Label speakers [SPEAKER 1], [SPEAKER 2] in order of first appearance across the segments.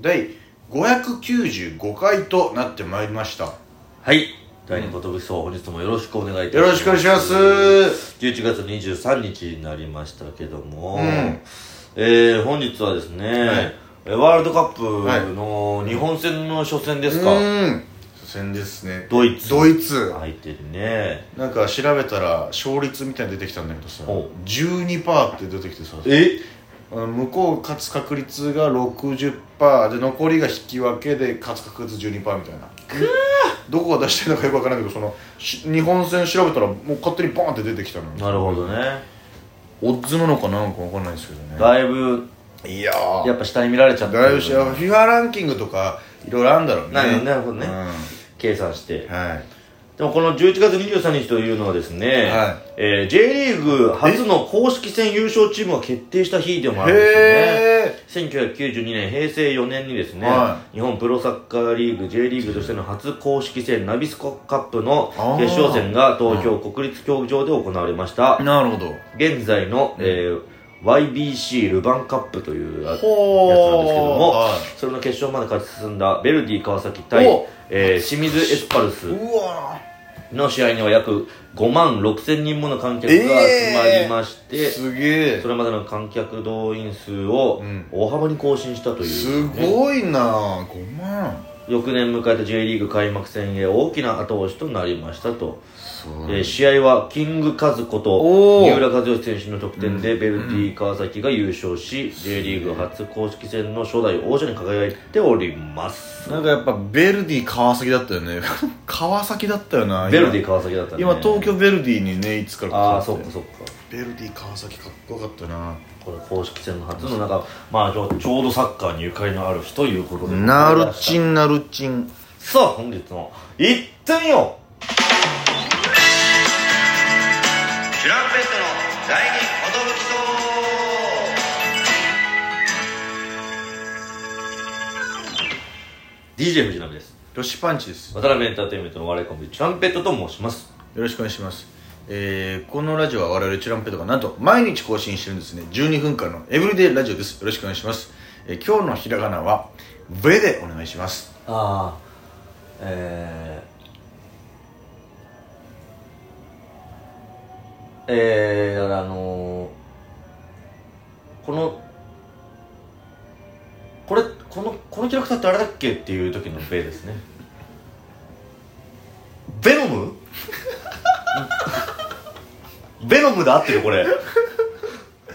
[SPEAKER 1] 第595回となってまいりました
[SPEAKER 2] はい第二ことぶきそう本日もよろしくお願いいたします
[SPEAKER 1] よろしくお願いします
[SPEAKER 2] 11月23日になりましたけども、
[SPEAKER 1] うん
[SPEAKER 2] えー本日はですね、
[SPEAKER 1] はい
[SPEAKER 2] えーワールドカップの日本戦の初戦ですか、
[SPEAKER 1] うん初戦ですね
[SPEAKER 2] ドイツ
[SPEAKER 1] ドイツ
[SPEAKER 2] 相手にね
[SPEAKER 1] なんか調べたら勝率みたいなの出てきたんだけどさ
[SPEAKER 2] お
[SPEAKER 1] 12%って出てきてさ
[SPEAKER 2] え
[SPEAKER 1] あの向こう勝つ確率が60%で残りが引き分けで勝つ確率12%みたいなどこが出してるのかよくわからないけどそのし日本戦調べたらもう勝手にバーンって出てきたのよ
[SPEAKER 2] なるほどね、
[SPEAKER 1] オッズなのかなんかわかんないですけどね
[SPEAKER 2] だいぶ
[SPEAKER 1] いや
[SPEAKER 2] や
[SPEAKER 1] ー
[SPEAKER 2] っぱ下に見られちゃった
[SPEAKER 1] だいぶし FIFA ランキングとかいろいろあるんだろうね
[SPEAKER 2] なるほどなるほどね
[SPEAKER 1] う
[SPEAKER 2] 計算して
[SPEAKER 1] んはい
[SPEAKER 2] でもこの11月23日というのはですね、
[SPEAKER 1] は
[SPEAKER 2] えー J リーグ初の公式戦優勝チームが決定した日でもあるんですよね
[SPEAKER 1] へえ
[SPEAKER 2] 1992年平成4年にですね、
[SPEAKER 1] は
[SPEAKER 2] 日本プロサッカーリーグ J リーグとしての初公式戦ナビスコカップの決勝戦が東京国立競技場で行われました
[SPEAKER 1] なるほど
[SPEAKER 2] 現在の、えー YBC ルヴァンカップというやつなんですけど
[SPEAKER 1] ほー
[SPEAKER 2] も、
[SPEAKER 1] はい
[SPEAKER 2] それの決勝まで勝ち進んだベルディ川崎対
[SPEAKER 1] お、
[SPEAKER 2] えー清水エスパルス
[SPEAKER 1] うわ
[SPEAKER 2] の試合には約5万6千人もの観客が集まりまして、
[SPEAKER 1] ーすげえ
[SPEAKER 2] それまでの観客動員数を
[SPEAKER 1] ん
[SPEAKER 2] 大幅に更新したという、
[SPEAKER 1] すごいな5万
[SPEAKER 2] 翌年迎えた J リーグ開幕戦へ大きな後押しとなりましたと、
[SPEAKER 1] そう
[SPEAKER 2] えー試合はキングカズこと
[SPEAKER 1] おー
[SPEAKER 2] 三浦和義選手の得点でベルディ川崎が優勝し、J リーグ初公式戦の初代王者に輝いております
[SPEAKER 1] なんかやっぱベルディ川崎だったよね 川崎だったよな今
[SPEAKER 2] ベルディ川崎だったね
[SPEAKER 1] 今東京ベルディにねいつから
[SPEAKER 2] あ
[SPEAKER 1] 変
[SPEAKER 2] あそっ
[SPEAKER 1] わて
[SPEAKER 2] かそっか
[SPEAKER 1] ベルディ川崎かっこよかったな
[SPEAKER 2] これ公式戦の初の中、まあ、ちょちょうどサッカーにゆかりのある日ということで
[SPEAKER 1] なるちんなるちん
[SPEAKER 2] さあ本日の「いってみよう!」チュランペットの第二寿 DJ 藤波です
[SPEAKER 1] ロシパンチですよ
[SPEAKER 2] 渡辺エンターテインメントのお笑いコンビチュランペットと申します
[SPEAKER 1] ろしくお願いしますえー、このラジオは我々チュランペットがなんと毎日更新してるんですね12分間のエブリデイラジオですよろしくお願いします、えー、今日のひらがなは「ベ」でお願いします
[SPEAKER 2] ああえーえー、だからあのー、このこれこのこのキャラクターってあれだっけっていう時のベですねベノム ベノムで合ってるこれで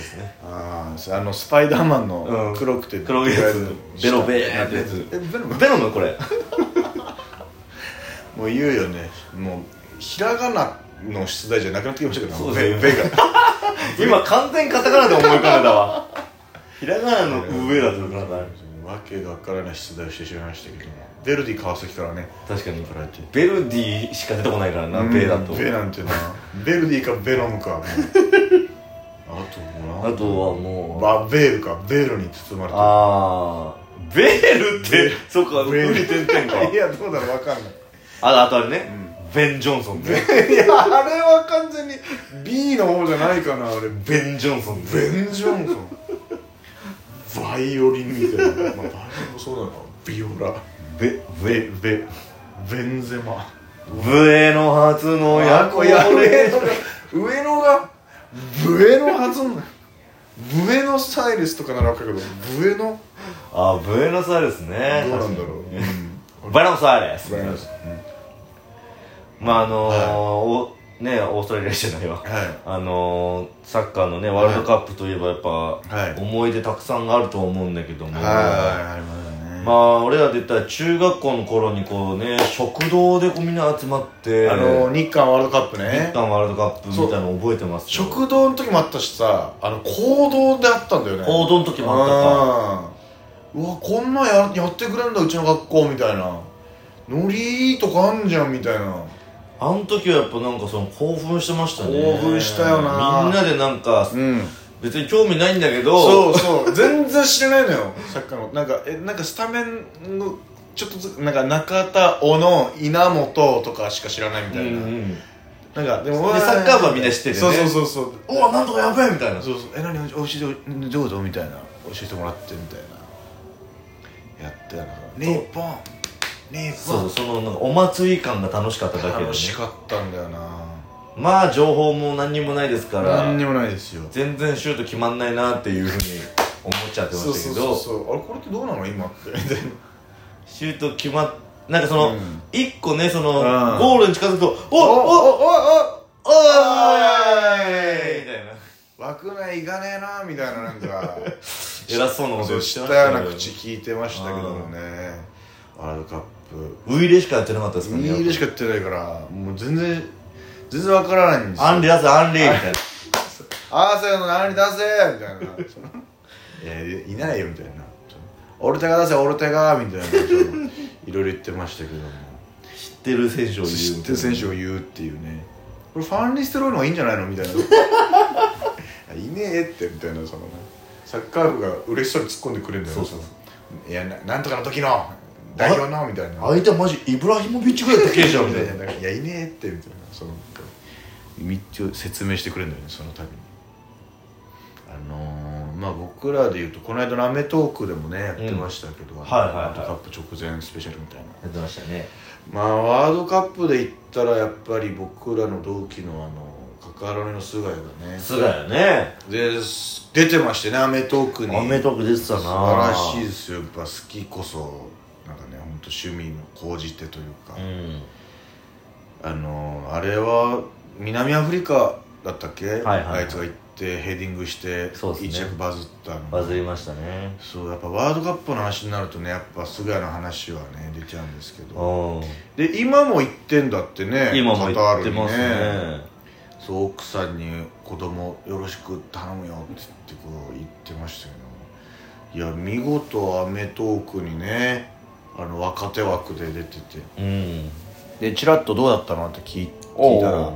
[SPEAKER 2] すね
[SPEAKER 1] あああのスパイダーマンの黒くて、
[SPEAKER 2] うん黒いやつベロベなんてやつ
[SPEAKER 1] えベロベ
[SPEAKER 2] ベノムこれ
[SPEAKER 1] もう言うよねもうひらがなの出題じゃなくなってきましたけど
[SPEAKER 2] そう
[SPEAKER 1] ベ
[SPEAKER 2] ですね
[SPEAKER 1] ベが
[SPEAKER 2] 今完全カタカナで思い浮かべたわひらがなの上だと浮かんだ
[SPEAKER 1] わけがわからない出題をしてしまいましたけどもベルディ川崎からね
[SPEAKER 2] 確かに
[SPEAKER 1] 取られて
[SPEAKER 2] ベルディしか出てこないからな、ベだと
[SPEAKER 1] ベなんてなベルディかベロムか もうあともう
[SPEAKER 2] あとはもう
[SPEAKER 1] バベールかベールに包まれて
[SPEAKER 2] あーベルってそっか
[SPEAKER 1] ベ
[SPEAKER 2] 上
[SPEAKER 1] ー
[SPEAKER 2] に点 々
[SPEAKER 1] るい
[SPEAKER 2] か
[SPEAKER 1] やどうだろうわかんない
[SPEAKER 2] ああとあれね、ベン・ジョンソンね
[SPEAKER 1] いやあれは完全に B の方じゃないかな俺ベ
[SPEAKER 2] ベン・ジョンソンね
[SPEAKER 1] ベン・ジョンソンバイオリンみたいな、まあ、バイオリンもそうだなビオラ
[SPEAKER 2] ベ
[SPEAKER 1] ベベベンゼマ
[SPEAKER 2] ブエの初の
[SPEAKER 1] 親
[SPEAKER 2] や
[SPEAKER 1] 子
[SPEAKER 2] こ
[SPEAKER 1] や
[SPEAKER 2] や
[SPEAKER 1] 上
[SPEAKER 2] れ
[SPEAKER 1] 野が上野がブエノ発音だブエノスタイレスとかならわかるけどブエノ
[SPEAKER 2] あブエノスアイレスね
[SPEAKER 1] どうなんだろう、
[SPEAKER 2] うバラノスアイレス
[SPEAKER 1] ブエノス
[SPEAKER 2] まああのーおねオーストラリアじゃないわ
[SPEAKER 1] はい
[SPEAKER 2] あのー、サッカーのねワールドカップといえばやっぱ、
[SPEAKER 1] はい
[SPEAKER 2] 思い出たくさんあると思うんだけども、
[SPEAKER 1] はいありますね
[SPEAKER 2] まあ俺らで言ったら中学校の頃にこうね食堂でこうみんな集まって
[SPEAKER 1] あの日韓ワールドカップね
[SPEAKER 2] 日韓ワールドカップみたいなの覚えてますよ
[SPEAKER 1] 食堂の時もあったしさあの行動であったんだよね
[SPEAKER 2] 行動の時もあったか
[SPEAKER 1] うんうわこんなんややってくれんだうちの学校みたいなノリとかあんじゃんみたいな
[SPEAKER 2] あの時はやっぱなんかその興奮してましたね
[SPEAKER 1] 興奮したよな
[SPEAKER 2] みんなでなんか
[SPEAKER 1] うん
[SPEAKER 2] 別に興味ないんだけど
[SPEAKER 1] そうそう全然知らないのよサッカーのなんかえなんかスタメンのちょっとずつなんか中田小野稲本とかしか知らないみ
[SPEAKER 2] うん
[SPEAKER 1] た
[SPEAKER 2] う
[SPEAKER 1] いな、
[SPEAKER 2] ん
[SPEAKER 1] なんかでも
[SPEAKER 2] でサッカー部はみんな知ってるよね
[SPEAKER 1] そうそうそうそう
[SPEAKER 2] うわなんとかやべえみたいな
[SPEAKER 1] そうそうえ何おいしいどうぞみたいな教えてもらってみたいなやったよな日本日
[SPEAKER 2] そう
[SPEAKER 1] 本
[SPEAKER 2] そのなんかお祭り感が楽しかっただけで、ね
[SPEAKER 1] 楽、しかったんだよな
[SPEAKER 2] まあ情報も何にもないですから
[SPEAKER 1] 何にもないですよ
[SPEAKER 2] 全然シュート決まんないなっていうふうに思っちゃってま
[SPEAKER 1] そう
[SPEAKER 2] し
[SPEAKER 1] そう
[SPEAKER 2] たけ
[SPEAKER 1] そう
[SPEAKER 2] ど
[SPEAKER 1] そうあれこれってどうなの今ってみたいな
[SPEAKER 2] シュート決まっなんかそ
[SPEAKER 1] う
[SPEAKER 2] の、
[SPEAKER 1] ん
[SPEAKER 2] 一個ねその、
[SPEAKER 1] うん
[SPEAKER 2] ゴールに近づくと「お
[SPEAKER 1] お
[SPEAKER 2] おおお
[SPEAKER 1] おお
[SPEAKER 2] お
[SPEAKER 1] おい
[SPEAKER 2] ーい!」みたいな
[SPEAKER 1] 枠内いかねえなみたいななんか
[SPEAKER 2] 偉そうなことを
[SPEAKER 1] 知
[SPEAKER 2] して
[SPEAKER 1] っ
[SPEAKER 2] ま
[SPEAKER 1] た
[SPEAKER 2] し
[SPEAKER 1] よう
[SPEAKER 2] たけど
[SPEAKER 1] な口聞いてましたけどもねワールドカップ
[SPEAKER 2] ウイレしかやってなかったですか
[SPEAKER 1] ウ
[SPEAKER 2] らね
[SPEAKER 1] ィールしかやってないからもう全然全然わからないんですよ
[SPEAKER 2] アンリアスアンリーみたいな
[SPEAKER 1] アーセナルの何出せみたいな いやいいないよみたいなオルテガ出せオルテガみたいないろいろ言ってましたけども
[SPEAKER 2] 知ってる選手を言う
[SPEAKER 1] 知ってる選手を言うっていうねこれファンリステロイの方がいいんじゃないのみたいないねえってみたいなそのサッカー部が嬉しそうに突っ込んでくれるんだよね
[SPEAKER 2] そうそう
[SPEAKER 1] そのいやななんとかの時の代表のみたいな
[SPEAKER 2] 相手はマジイブラヒモビッチぐらい高いじゃんみ
[SPEAKER 1] み
[SPEAKER 2] た
[SPEAKER 1] た
[SPEAKER 2] い
[SPEAKER 1] い
[SPEAKER 2] な
[SPEAKER 1] ないやいねえってみたいなその道を説明してくれるんだよねその度にあのー、まあ僕らでいうとこの間の『アメトーーク』でもねやってましたけど、
[SPEAKER 2] はいはいはい
[SPEAKER 1] ワールドカップ直前スペシャルみたいな
[SPEAKER 2] やってましたね
[SPEAKER 1] まあワールドカップで言ったらやっぱり僕らの同期のあのカカロニの菅谷がね
[SPEAKER 2] 菅谷ね
[SPEAKER 1] です出てましてね『アメトーーク』に
[SPEAKER 2] アメトーク出てたな
[SPEAKER 1] 素晴らしいですよやっぱ好きこそなんかね本当趣味の高じてというか、
[SPEAKER 2] うん
[SPEAKER 1] あのあれは南アフリカだったっけ、
[SPEAKER 2] いはいはい
[SPEAKER 1] あいつが行ってヘディングして
[SPEAKER 2] そうっすね
[SPEAKER 1] 一着バズったの
[SPEAKER 2] バズりましたね
[SPEAKER 1] そうやっぱワールドカップの話になるとねやっぱ菅谷の話はね出ちゃうんですけど
[SPEAKER 2] うん
[SPEAKER 1] で今も行ってんだってね
[SPEAKER 2] 今も
[SPEAKER 1] カター
[SPEAKER 2] 言っ
[SPEAKER 1] ル
[SPEAKER 2] て
[SPEAKER 1] に
[SPEAKER 2] ますね
[SPEAKER 1] そう奥さんに「子供よろしく頼むよ」って言ってこう言ってましたけどいや見事『アメトーク』にねあの若手枠で出てて
[SPEAKER 2] うん
[SPEAKER 1] でチラッとどうだったのって聞い聞
[SPEAKER 2] おう
[SPEAKER 1] いたら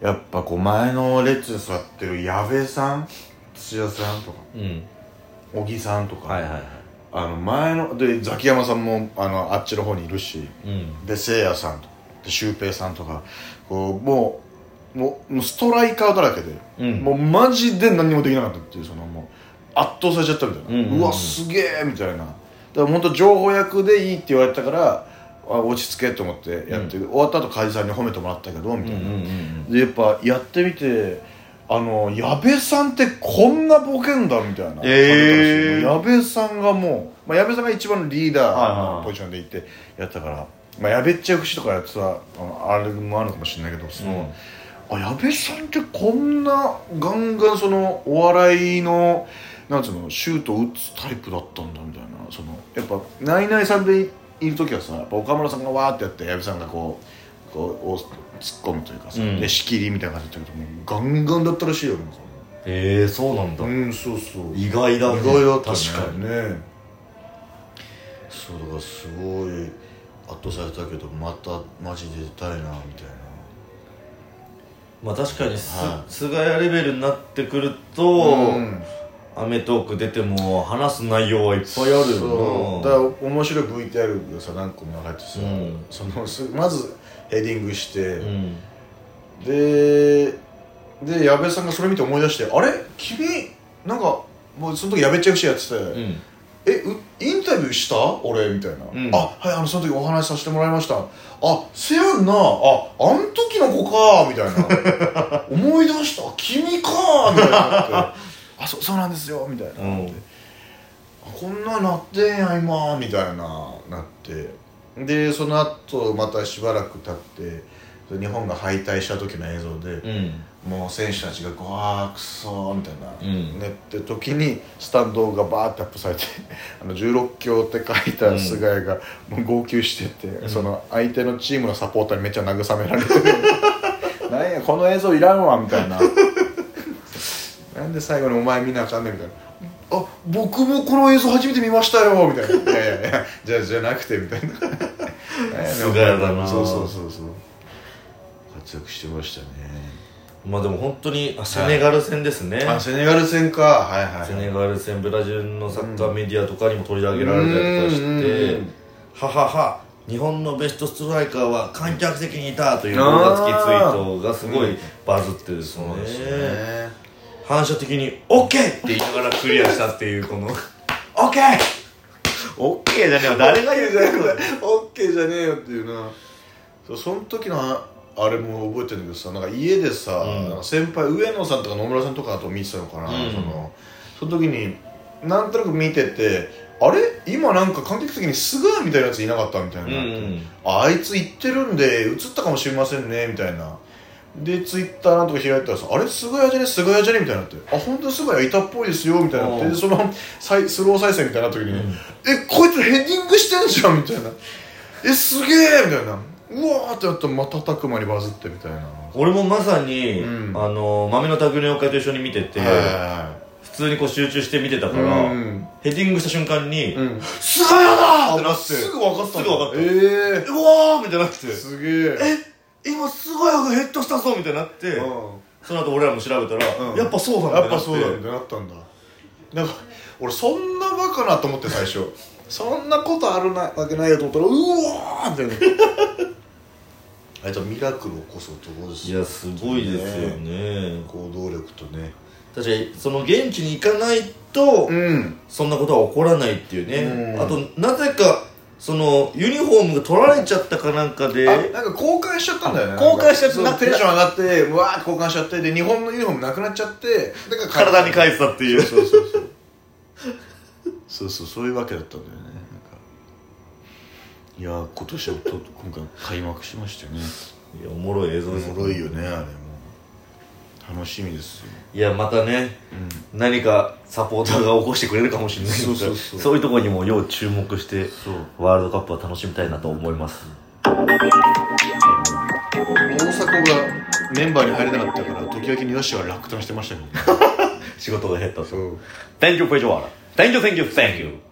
[SPEAKER 1] やっぱこう前の列に座ってる矢部さん土田さんとか
[SPEAKER 2] うん
[SPEAKER 1] 小木さんとか、
[SPEAKER 2] はいはいは
[SPEAKER 1] あの前のでザキヤマさんもあのあっちの方にいるし
[SPEAKER 2] いうん
[SPEAKER 1] でせいやさんとかでシュウペイさんとかこうもうもうもうストライカーだらけで、
[SPEAKER 2] うん
[SPEAKER 1] もうマジで何もできなかったっていうそのもう圧倒されちゃったみたいな、
[SPEAKER 2] うんうんうん
[SPEAKER 1] わすげえみたいなだから本当情報役でいいって言われたからあ落ち着けと思ってやって、終わった後梶さんに褒めてもらったけどみたいな、
[SPEAKER 2] ん
[SPEAKER 1] でやっぱやってみてあの矢部さんってこんなボケんだみたいな、
[SPEAKER 2] えー
[SPEAKER 1] 矢部さんがもう、まあ、矢部さんが一番リーダー
[SPEAKER 2] はい
[SPEAKER 1] の
[SPEAKER 2] はい
[SPEAKER 1] ポジションでいてやったから、まあ、矢部っちゃう節とかやってたあのあれもあるかもしれないけどその、あ矢部さんってこんなガンガンそのお笑いのなんつうのシュート打つタイプだったんだみたいなそのやっぱナイナイさんでいる時はさやっぱ岡村さんがわーってやって矢部さんがこうこうお突っ込むというかさ、
[SPEAKER 2] うん
[SPEAKER 1] で仕切りみたいな感じだったけどもうガンガンだったらしいよね
[SPEAKER 2] ええそうなんだ
[SPEAKER 1] うんそうそう
[SPEAKER 2] 意外だね
[SPEAKER 1] 意外だったね
[SPEAKER 2] 確かに
[SPEAKER 1] ねそうだからすごい圧倒されたけどまたマジで出たいなみたいな
[SPEAKER 2] まあ確かにす
[SPEAKER 1] は
[SPEAKER 2] 菅谷レベルになってくると
[SPEAKER 1] ん
[SPEAKER 2] アメトーク出ても話す内容はいっぱいある
[SPEAKER 1] そ
[SPEAKER 2] よ
[SPEAKER 1] う
[SPEAKER 2] な
[SPEAKER 1] だから面白い VTR がさ何個も流れてさ、
[SPEAKER 2] うん
[SPEAKER 1] そのすまずヘディングして、
[SPEAKER 2] うん
[SPEAKER 1] でで矢部さんがそれ見て思い出して「あれ君なんかもうその時矢部ちゃうしやってて、
[SPEAKER 2] うん
[SPEAKER 1] えうインタビューした俺」みたいな「
[SPEAKER 2] うん
[SPEAKER 1] あはいあのその時お話しさせてもらいましたあせやんなああん時の子か」みたいな 「思い出した君か」みたいになって「あそそうなんですよ」みたいな。
[SPEAKER 2] うん
[SPEAKER 1] こんなんなってんや今みたいななってでその後またしばらく経って日本が敗退した時の映像で、
[SPEAKER 2] うん
[SPEAKER 1] もう選手たちが「ごわーくそー」みたいな、
[SPEAKER 2] うん
[SPEAKER 1] ねって時にスタンドがバーってアップされて 「あの16強」って書いた菅谷がもう号泣してて、その相手のチームのサポーターにめっちゃ慰められて「 なんやこの映像いらんわ」みたいな 「なんで最後にお前見なあかんねん」みたいな。あ僕もこの映像初めて見ましたよみたいな「いやいやいやじゃあじゃなくて」みたいななんやねん
[SPEAKER 2] 菅谷だな
[SPEAKER 1] そうそうそうそう活躍してましたね
[SPEAKER 2] まあでも本当にあセネガル戦ですね、
[SPEAKER 1] あセネガル戦かはいはい
[SPEAKER 2] セネガル戦ブラジルのサッカーメディアとかにも取り上げられたりとかして
[SPEAKER 1] うん
[SPEAKER 2] 「ははは日本のベストストライカーは観客席にいた」という動画付きツイートがすごいバズってですね,、 反射的に「オッケー!」って言いながらクリアしたっていうこの「オッケー!」オッケーじゃねえよ誰が言う
[SPEAKER 1] じゃねえよオッケーじゃねえよっていうなそうその時のああれも覚えてるんだけどさなんか家でさ、
[SPEAKER 2] うん
[SPEAKER 1] なんか先輩上野さんとか野村さんとかだと見てたのかな、
[SPEAKER 2] うん
[SPEAKER 1] そのその時になんとなく見ててあれ今なんか観客席にすぐみたいなやついなかったみたいな、
[SPEAKER 2] うん
[SPEAKER 1] ああいつ行ってるんで映ったかもしれませんねみたいなでツイッターなんとか開いたらさ「あれ菅谷じゃね菅谷じゃね」みたいになって「あ本当に菅谷いたっぽいですよ」みたいになって
[SPEAKER 2] うん
[SPEAKER 1] でその再スロー再生みたいな時に「
[SPEAKER 2] うん
[SPEAKER 1] えこいつヘディングしてんじゃん」みたいな「えすげえ」みたいな「うわ」ってなったら瞬く間にバズってみたいな
[SPEAKER 2] 俺もまさに、
[SPEAKER 1] うん
[SPEAKER 2] あの豆の卓の会と一緒に見てて、
[SPEAKER 1] は
[SPEAKER 2] 普通にこう集中して見てた
[SPEAKER 1] い
[SPEAKER 2] か
[SPEAKER 1] う
[SPEAKER 2] ら、
[SPEAKER 1] ん
[SPEAKER 2] ヘディングした瞬間に「
[SPEAKER 1] うん
[SPEAKER 2] 菅谷だ!」ってなって
[SPEAKER 1] すぐ分かった
[SPEAKER 2] すぐ分かった
[SPEAKER 1] え
[SPEAKER 2] 「うわー!」みたいになって
[SPEAKER 1] えすげえ
[SPEAKER 2] 「え今菅谷がヘッドしたぞ!」みたいになって、
[SPEAKER 1] うん
[SPEAKER 2] その後俺らも調べたら、
[SPEAKER 1] うん
[SPEAKER 2] やっぱそうなんだ
[SPEAKER 1] やっぱそうだ
[SPEAKER 2] な
[SPEAKER 1] っ
[SPEAKER 2] って
[SPEAKER 1] てなったんだなんか俺そんなバカなと思って最初そんなことあるなわけないよと思ったらうおーみたいな あいつはミラクルを起こす男です
[SPEAKER 2] いやすごいですよね
[SPEAKER 1] 行動力とね
[SPEAKER 2] 確かにその現地に行かないと、
[SPEAKER 1] うん
[SPEAKER 2] そんなことは起こらないっていうね、
[SPEAKER 1] うん
[SPEAKER 2] あとなぜかそのユニフォームが取られちゃったかなんかで
[SPEAKER 1] あなんか公開しちゃったんだよね
[SPEAKER 2] 公開しちゃって
[SPEAKER 1] なんかそうテンション上がってうわーって交換しちゃってで日本のユニフォームなくなっちゃってだから
[SPEAKER 2] 体に返したっていう
[SPEAKER 1] そうそうそうそうそうそういうわけだったんだよねなんかいやー今年はと今回開幕しましたよね
[SPEAKER 2] いやおもろい映像
[SPEAKER 1] お
[SPEAKER 2] です
[SPEAKER 1] もろいよねあれも楽しみですよ、
[SPEAKER 2] いやまたね何かサポーターが起こしてくれるかもしれないですから
[SPEAKER 1] そうそうそう
[SPEAKER 2] いうところにも要注目して
[SPEAKER 1] そう
[SPEAKER 2] ワールドカップは楽しみたいなと思います
[SPEAKER 1] 大迫がメンバーに入れなかったから時々によしは落胆してましたけどね
[SPEAKER 2] 仕事が減った
[SPEAKER 1] そう
[SPEAKER 2] Thank you, Fujiwara Thank you, thank you, thank you